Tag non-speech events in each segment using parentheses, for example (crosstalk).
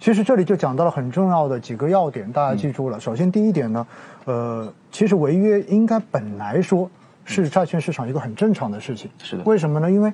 其实这里就讲到了很重要的几个要点，嗯大家记住了。首先第一点呢，呃，其实违约应该本来说是债券市场一个很正常的事情。是的为什么呢？因为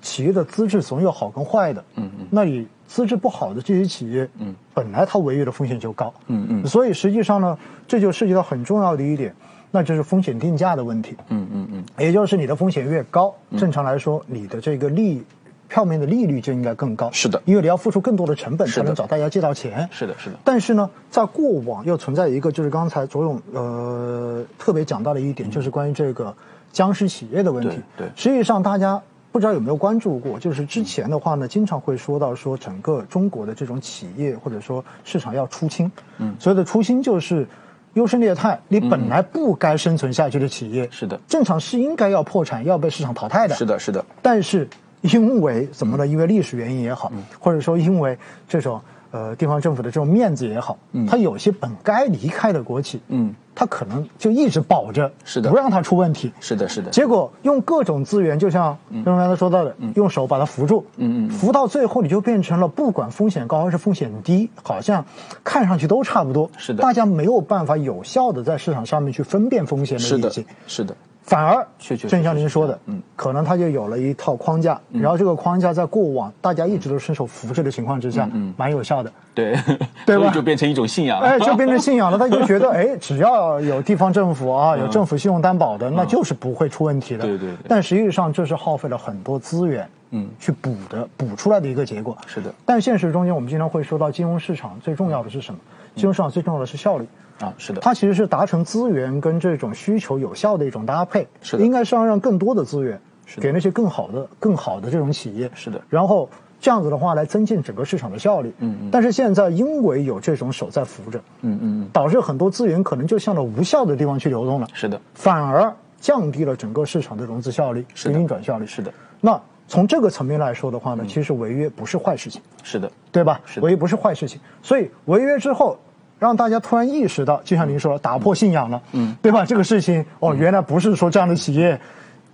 企业的资质总有好跟坏的。嗯嗯那你资质不好的这些企业，嗯，本来它违约的风险就高。嗯嗯所以实际上呢，这就涉及到很重要的一点，那就是风险定价的问题。嗯嗯嗯，也就是你的风险越高，正常来说，你的这个利票面的利率就应该更高。是的因为你要付出更多的成本是才的能找大家借到钱。是的是的但是呢，在过往又存在一个，就是刚才左总呃特别讲到的一点，就是关于这个僵尸企业的问题。对对实际上大家。不知道有没有关注过，就是嗯之前的话呢，经常会说到说整个中国的这种企业或者说市场要出清，嗯，所谓的出清就是优胜劣汰，你本来不该生存下去的企业，嗯是的正常是应该要破产、要被市场淘汰的。是的，嗯是的，但是因为怎么呢？因为历史原因也好，嗯或者说因为这种呃地方政府的这种面子也好，嗯它有些本该离开的国企，嗯，它可能就一直保着，是的不让它出问题。是的，是的，结果用各种资源，就像刚才说到的，用手把它扶住，嗯嗯嗯嗯扶到最后你就变成了不管风险高还是风险低，好像看上去都差不多。是的大家没有办法有效的在市场上面去分辨风险的是利的弊，，是的，反而确确实正像您说的，嗯，可能它就有了一套框架，然后这个框架在过往大家一直都伸手扶着的情况之下，嗯蛮有效的。对，对吧所以就变成一种信仰了。哎，就变成信仰了。他就觉 (laughs) 得，哎，只要有地方政府啊，有政府信用担保的，那就是不会出问题的。嗯对对对但实际上，这是耗费了很多资源，嗯去补的，补出来的一个结果。是的但现实中间，我们经常会说到金融市场最重要的是什么？嗯金融市场最重要的是效率。啊，是的，它其实是达成资源跟这种需求有效的一种搭配，是的应该是要让更多的资源是的给那些更好的、更好的这种企业，是的然后这样子的话来增进整个市场的效率。嗯嗯但是现在因为有这种手在扶着，嗯嗯嗯，导致很多资源可能就向着无效的地方去流动了，是的，反而降低了整个市场的融资效率、是的运转效率。是的，嗯那从这个层面来说的话呢，其实违约不是坏事情。是的，对吧是？的违约不是坏事情，所以违约之后，让大家突然意识到，就像您说，打破信仰了，嗯，对吧？这个事情嗯哦，原来不是说这样的企业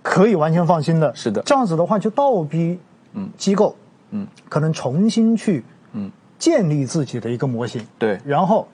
可以完全放心的，是的这样子的话，就倒逼嗯机构嗯可能重新去嗯建立自己的一个模型，对然后。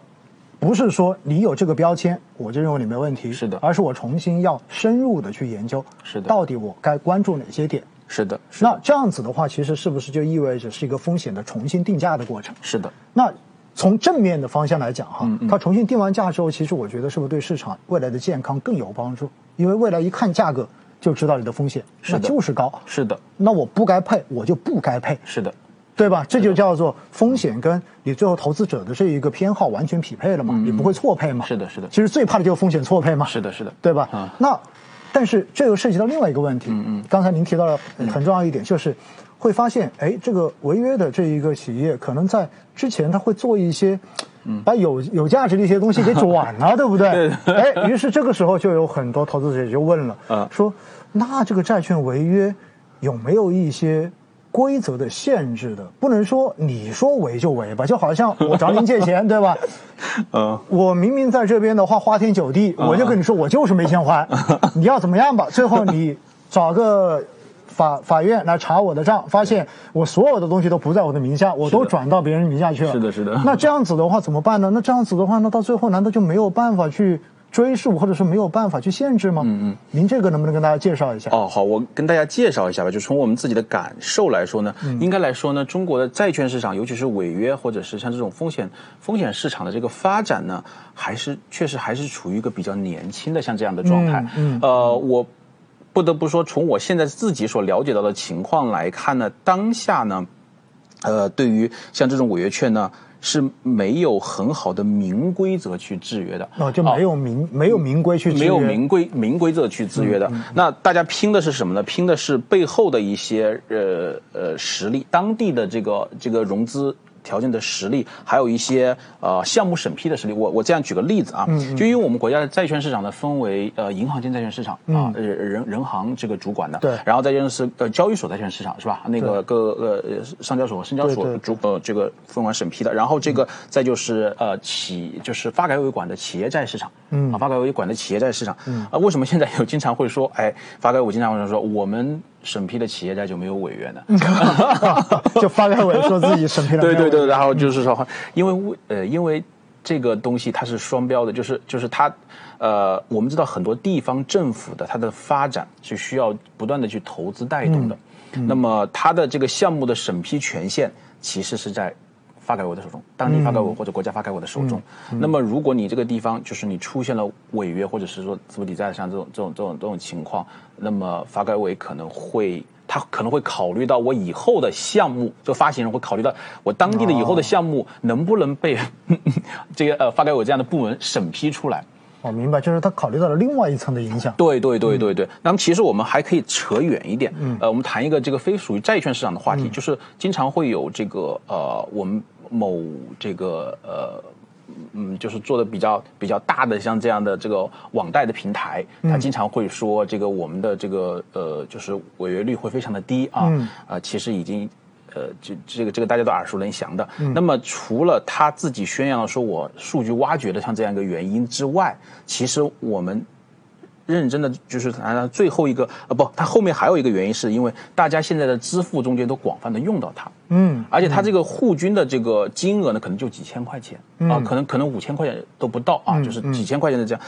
不是说你有这个标签，我就认为你没问题，是的而是我重新要深入的去研究，是的到底我该关注哪些点，是的，是那的，这样子的话，其实是不是就意味着是一个风险的重新定价的过程？是的，那从正面的方向来讲哈，嗯嗯它重新定完价之后，其实我觉得是不是对市场未来的健康更有帮助？因为未来一看价格就知道你的风险，是的那就是高，是的，那我不该配，我就不该配，是的，对吧？这就叫做风险跟你最后投资者的这一个偏好完全匹配了嘛，你不会错配嘛？嗯是的是的其实最怕的就是风险错配嘛。是的，是的，对吧？啊那但是这又涉及到另外一个问题，嗯嗯刚才您提到了很重要一点，就是会发现，哎，这个违约的这一个企业，可能在之前他会做一些。嗯把有有价值的一些东西给转 (laughs) 了，对不对？哎，于是这个时候就有很多投资者就问了，嗯说那这个债券违约有没有一些规则的限制的？不能说你说违就违吧，就好像我找您借 (laughs) 钱，对吧？嗯，我明明在这边的话花天酒地，啊我就跟你说我就是没钱 (laughs) 还，你要怎么样吧？最后你找个法法院来查我的账，发现我所有的东西都不在我的名下，我都转到别人名下去了。是的是的那这样子的话怎么办呢？那这样子的话，那到最后难道就没有办法去追溯，或者是没有办法去限制吗？嗯嗯。您这个能不能跟大家介绍一下？哦，好，我跟大家介绍一下吧。就从我们自己的感受来说呢，嗯应该来说呢，中国的债券市场，尤其是违约或者是像这种风险风险市场的这个发展呢，还是确实还是处于一个比较年轻的像这样的状态。嗯嗯呃，我不得不说，从我现在自己所了解到的情况来看呢，当下呢，呃，对于像这种违约券呢，是没有很好的明规则去制约的。哦那、就没有明、没有明规去制约没有 (laughs) 明规明规则去制约嗯的。那大家拼的是什么呢？拼的是背后的一些呃呃实力，当地的这个这个融资。条件的实力，还有一些呃项目审批的实力。我我这样举个例子啊，嗯就因为我们国家的债券市场呢分为呃银行间债券市场啊，呃人人行这个主管的，对然后再就是呃交易所债券市场是吧？那个各呃呃上交所、深交对所对主呃这个分管审批的，然后这个再就是呃企就是发改委管的企业债市场，嗯呃啊发改委管的企业债市场，啊、为什么现在有经常会说，哎，发改委经常会说，我们审批的企业家就没有违约呢？ (laughs) 就发改委说自己审批了。对对对，然后就是说，因为呃，因为这个东西它是双标的，就是就是它，呃，我们知道很多地方政府的它的发展是需要不断的去投资带动的，那么它的这个项目的审批权限其实是在。发改委的手中，当地发改委或者国家发改委的手中。那么，如果你这个地方就是你出现了违约，或者是说资不抵债上这种这种这种这种情况，那么发改委可能会，他可能会考虑到我以后的项目，这个发行人会考虑到我当地的以后的项目能不能被、 (laughs) 哦、这个呃发改委这样的部门审批出来。我、哦、明白，就是他考虑到了另外一层的影响。对对对对对。那么其实我们还可以扯远一点，嗯、呃，我们谈一个这个非属于债券市场的话题，嗯、就是经常会有这个呃，我们某这个呃，嗯，就是做的比较比较大的像这样的这个网贷的平台，它经常会说这个我们的这个呃，就是违约率会非常的低啊，啊、嗯呃，其实已经。呃，这这个这个大家都耳熟能详的。嗯、那么除了他自己宣扬说我数据挖掘的像这样一个原因之外，其实我们认真的就是谈最后一个呃不，它后面还有一个原因是因为大家现在的支付中间都广泛的用到它，嗯，而且它这个互均的这个金额呢，可能就几千块钱、嗯、啊，可能可能五千块钱都不到啊，嗯、就是几千块钱的这样，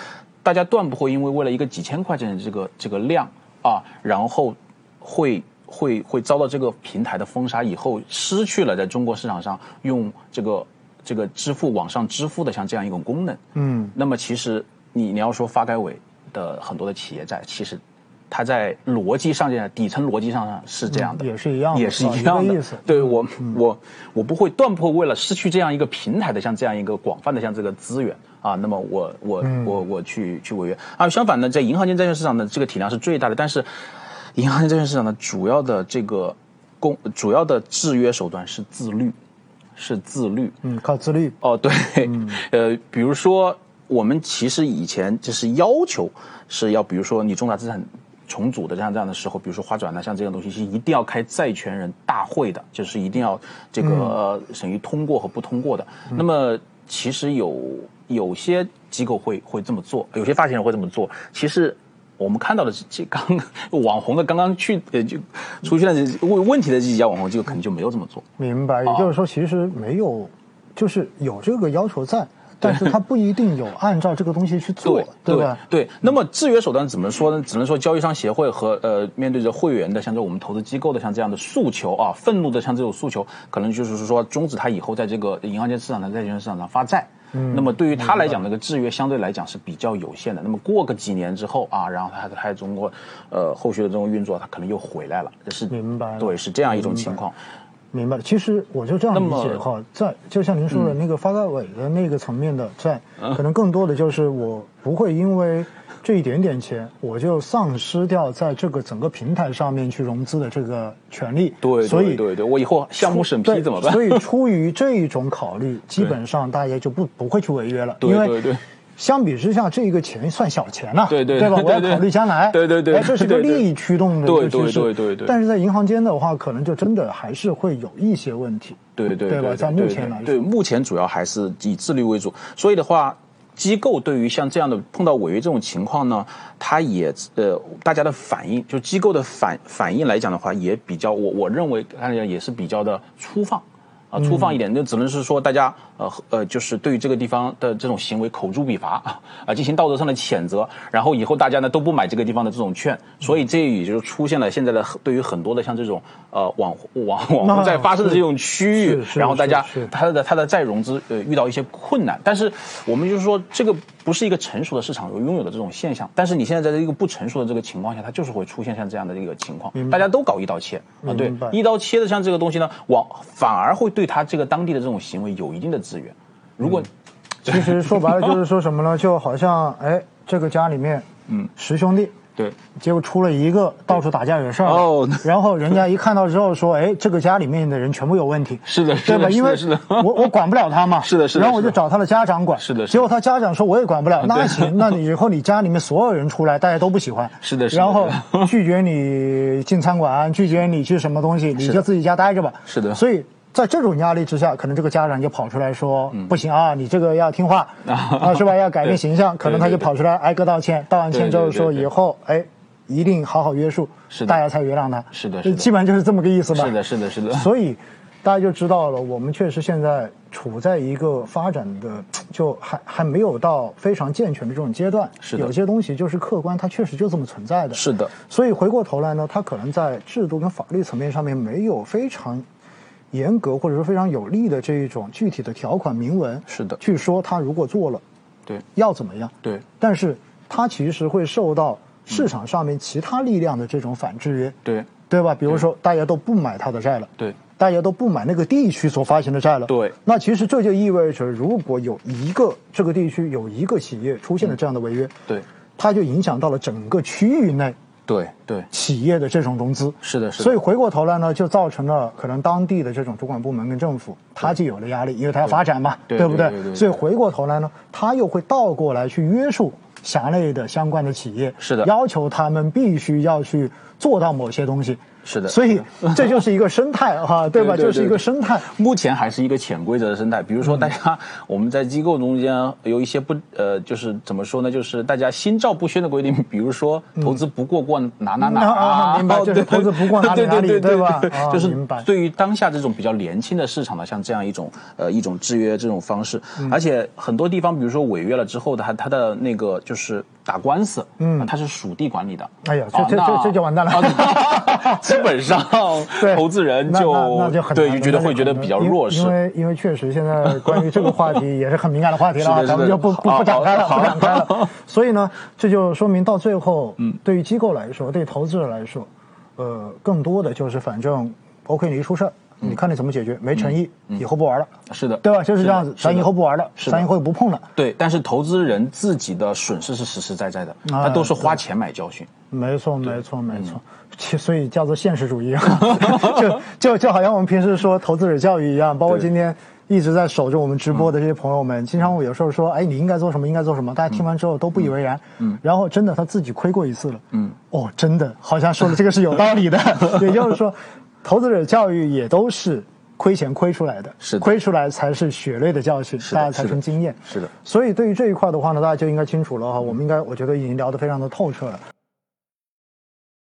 大家断不会因为为了一个几千块钱的这个这个量啊，然后会。会会遭到这个平台的封杀，以后失去了在中国市场上用这个这个支付网上支付的像这样一种功能。嗯，那么其实你你要说发改委的很多的企业债，其实它在逻辑上面底层逻辑上是这样的，嗯、也是一样的，也是一样的。意思对我、嗯、我我不会断破为了失去这样一个平台的像这样一个广泛的像这个资源。啊，那么我我、嗯、我我去去违约啊。相反呢，在银行间债券市场的这个体量是最大的，但是。银行债券市场的主要的这个公主要的制约手段是自律，是自律。嗯，靠自律。哦，对，嗯、 (laughs) 呃，比如说我们其实以前就是要求是要，比如说你重大资产重组的这样这样的时候，比如说花转啊呢，像这样东西是一定要开债权人大会的，就是一定要这个、嗯呃、审议通过和不通过的。嗯、那么其实有有些机构会会这么做，有些发行人会这么做，其实。我们看到的这刚 (laughs) 网红的刚刚去呃就出现了问问题的这几家网红，就可能就没有这么做。明白，哦也就是说，其实没有，哦、就是有这个要求在，但是他不一定有按照这个东西去做，对吧？对。那么制约手段怎么说呢？只能说交易商协会和呃面对着会员的，像这我们投资机构的像这样的诉求啊，愤怒的像这种诉求，可能就是说终止他以后在这个银行间市场、的债券市场上发债。嗯、那么对于他来讲，那个制约相对来讲是比较有限的。那么过个几年之后啊，然后他他中国，呃，后续的这种运作，他可能又回来了。这是明白，对，是这样一种情况。明白了。其实我就这样理解哈，在就像您说的、嗯、那个发改委的那个层面的债，嗯、可能更多的就是我不会因为这一点点钱，我就丧失掉在这个整个平台上面去融资的这个权利。对，所以对对，我以后项目审批怎么办？所以出于这一种考 (laughs) 虑，基本上大家就不不会去违约了，对因为。对对对相比之下，这个钱算小钱呐，对对对吧？我要考虑将来，哎对对对，这是个利益驱动的对对对对对。但是在银行间的话，可能就真的还是会有一些问题，对对对吧？在目前来说，对目前主要还是以自律为主，所以的话，机构对于像这样的碰到违约这种情况呢，它也呃大家的反应，就机构的反反应来讲的话，也比较我我认为大家也是比较的粗放。啊，粗放一嗯点，那只能是说大家呃呃，就是对于这个地方的这种行为口诛笔伐啊、呃，进行道德上的谴责，然后以后大家呢都不买这个地方的这种券，所以这也就出现了现在的对于很多的像这种呃网网网红在发生的这种区域，然后大家它的它的再融资呃遇到一些困难，但是我们就是说这个不是一个成熟的市场拥有的这种现象，但是你现在在这个不成熟的这个情况下，它就是会出现像这样的这个情况，大家都搞一刀切啊，对，一刀切的像这个东西呢，往反而会。对他这个当地的这种行为有一定的资源，如果、嗯、其实说白了就是说什么呢？就好像哎，这个家里面嗯十兄弟，对，结果出了一个到处打架惹事儿，哦， (laughs) 然后人家一看到之后说，哎，这个家里面的人全部有问 (laughs) 题，是的，对吧？因为我我管不了他嘛， (laughs) 是的，是的，然后我就找他的家长管，是的，结果他家长说我也管不 (laughs) 了，那行，那你以后你家里面所有人出来，大家都不喜欢，是的， (laughs) 然后 (laughs) 拒绝你进餐馆，拒绝你去什么东西，你就自己家待着吧，是的，所以。在这种压力之下，可能这个家长就跑出来说：“嗯、不行啊，你这个要听 (laughs) 话啊，是吧？要改变形象。”可能他就跑出来挨个道歉，道完歉之后说：“以后哎，一定好好约束，是的大家才原谅他。是的是的基本就是这么个意思吧。是的，是的，是的，所以大家就知道了，我们确实现在处在一个发展的就还还没有到非常健全的这种阶段。是的有些东西就是客观，它确实就这么存在的。是的，所以回过头来呢，它可能在制度跟法律层面上面没有非常严格或者说非常有力的这一种具体的条款明文。是的去说他如果做了对要怎么样。对但是它其实会受到市场上面其他力量的这种反制约。嗯对对吧？比如说大家都不买他的债了，对大家都不买那个地区所发行的债了，对那其实这就意味着，如果有一个这个地区有一个企业出现了这样的违约，嗯对它就影响到了整个区域内对对，企业的这种融资。是的，是的，所以回过头来呢，就造成了可能当地的这种主管部门跟政府，他就有了压力，因为他要发展嘛，对不对对对对所以回过头来呢，他又会倒过来去约束辖内的相关的企业，是的要求他们必须要去做到某些东西，是的所以这就是一个生态哈、对吧？对对对就是一个生态，目前还是一个潜规则的生态。比如嗯说，大家、我们在机构中间有一些不呃，就是怎么说呢？就是大家心照不宣的规定，比如说投资不过过哪哪哪嗯啊啊明白哦就是对投资不过哪里对哪里对对吧对啊就是明白对于当下这种比较年轻的市场呢，像这样一种呃一种制约这种方式，嗯而且很多地方，比如说违约了之后的，它它的那个就是打官司，嗯，它是属地管理的。哎呀这啊这那这这就完蛋了啊 (laughs) 基本上对，投资人那就那那就很难对了觉得那就会觉得很比较难因为弱势因。为因为确实现在关于这个话 (laughs) 题也是很敏感的话题了啊，是的咱们是的就不不好不展开了，好不展开了好。 (laughs) 所以呢，这就说明到最后，嗯，对于机构来说，对于投资者来说，呃，更多的就是反正 OK，你一出事儿，嗯你看你怎么解决，没诚意，以后不玩了，是的，对吧？就是这样子，嗯是的咱以后不玩了，是的咱以后也不碰了。对，但是投资人自己的损失是实实在在的，啊他都是花钱买教训。没错，没错，没错。嗯其所以叫做现实主义， (laughs) 就就就好像我们平时说投资者教育一样，包括对嗯今天一直在守着我们直播的这些朋友们，经常我有时候说，哎，你应该做什么，应该做什么，大家听完之后都不以为然，嗯，然后真的他自己亏过一次了，嗯，哦，真的好像说的这个是有道 (laughs) 理的，也就是说，投资者教育也都是亏钱亏出来的，是的亏出来才是血泪的教训，的大家才是的成经验，是的所以对于这一块的话呢，大家就应该清楚了哈，我们应该我觉得已经聊得非常的透彻了。